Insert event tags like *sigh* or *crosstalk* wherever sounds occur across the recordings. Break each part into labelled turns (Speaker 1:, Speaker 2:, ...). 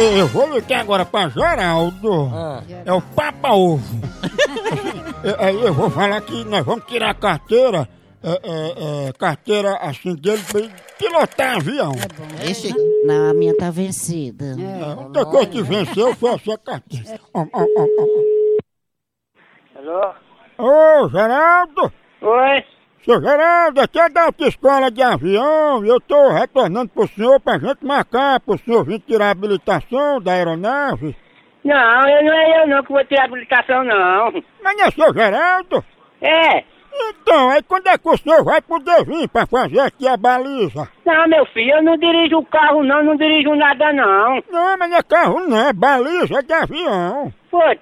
Speaker 1: Eu, eu vou ligar agora pra Geraldo. É o Papa Ovo. É, Aí eu vou falar que nós vamos tirar a carteira. é, é, é, carteira assim dele pra ele pilotar avião.
Speaker 2: É
Speaker 1: É,
Speaker 3: Esse,
Speaker 2: Não, a minha tá vencida. É,
Speaker 1: A única coisa que venceu foi a sua carteira. Ó, ó, ó,
Speaker 4: Alô?
Speaker 1: ó. Ô, Geraldo!
Speaker 4: Oi?
Speaker 1: Seu Geraldo, aqui é da autoescola de avião e eu estou retornando pro senhor pra gente marcar pro senhor vir tirar a habilitação da aeronave.
Speaker 4: Não, eu não é eu não que vou ter habilitação, não.
Speaker 1: Mas não é seu Geraldo?
Speaker 4: É.
Speaker 1: Então, aí quando é que o senhor vai poder vir pra fazer aqui a baliza?
Speaker 4: Não, meu filho, eu não dirijo o carro, não, não dirijo nada, não.
Speaker 1: Não, mas não é carro não, é baliza de avião.
Speaker 4: Foda.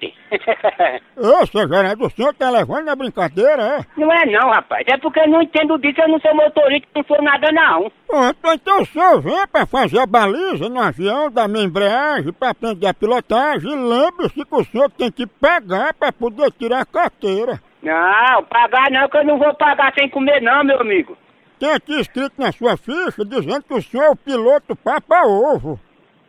Speaker 1: Ô, seu Geraldo, o senhor tá levando na brincadeira, é?
Speaker 4: *laughs* Não é não, rapaz. É porque eu não entendo disso, eu não sou motorista, não sou nada, não.
Speaker 1: Pronto, então o senhor vem pra fazer a baliza no avião da minha embreagem pra aprender a pilotagem e lembre-se que o senhor tem que pagar pra poder tirar a carteira.
Speaker 4: Não, pagar não, que eu não vou pagar sem comer, não, meu amigo.
Speaker 1: Tem aqui escrito na sua ficha dizendo que o senhor é o piloto Papa Ovo.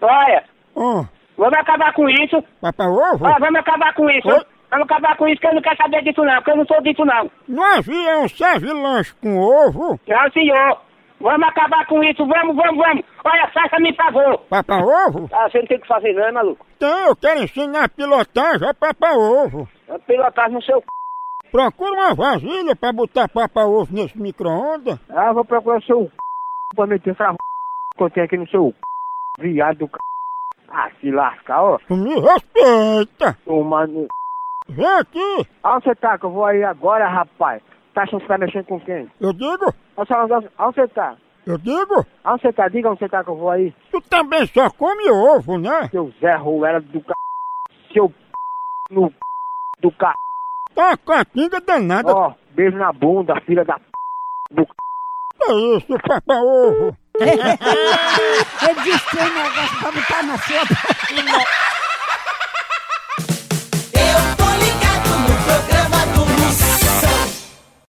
Speaker 4: Olha,
Speaker 1: Hum,
Speaker 4: vamos acabar com isso.
Speaker 1: Papa Ovo?
Speaker 4: Ó, vamos acabar com isso.
Speaker 1: Oi?
Speaker 4: Vamos acabar com isso, que eu não quero saber disso, não, que eu não sou disso, não.
Speaker 1: No avião serve lanche um com ovo?
Speaker 4: Não, senhor. Vamos acabar com isso, vamos, vamos, vamos. Olha, faça-me favor.
Speaker 1: Papa Ovo?
Speaker 4: Ah, você não tem o que fazer, não, é maluco?
Speaker 1: Tem, eu quero ensinar a pilotagem a Papa Ovo.
Speaker 4: Pilotar É no seu c.
Speaker 1: Procura uma vasilha pra botar Papa Ovo nesse micro-ondas.
Speaker 5: Ah, vou procurar o seu c... pra meter essa r... que eu tenho aqui no seu c... Viado do c... Ah, se lascar, ó.
Speaker 1: Tu me respeita!
Speaker 5: Tomando...
Speaker 1: Vem aqui!
Speaker 5: Aonde você tá? Que eu vou aí agora, rapaz. Tá achando que tá mexendo com quem?
Speaker 1: Eu digo,
Speaker 5: Ô, Salazar, Aonde você tá?
Speaker 1: eu digo,
Speaker 5: Aonde você tá? Diga onde você tá que eu vou aí.
Speaker 1: tu também só come ovo, né?
Speaker 5: Seu Zé Ruela do c... Seu c... No c... do c...
Speaker 1: Tá uma catinga danada.
Speaker 5: Ó, beijo na bunda, filha da p... do c...
Speaker 1: Que isso, papa ovo?
Speaker 3: eu disse que tem negócio pra botar na sopa.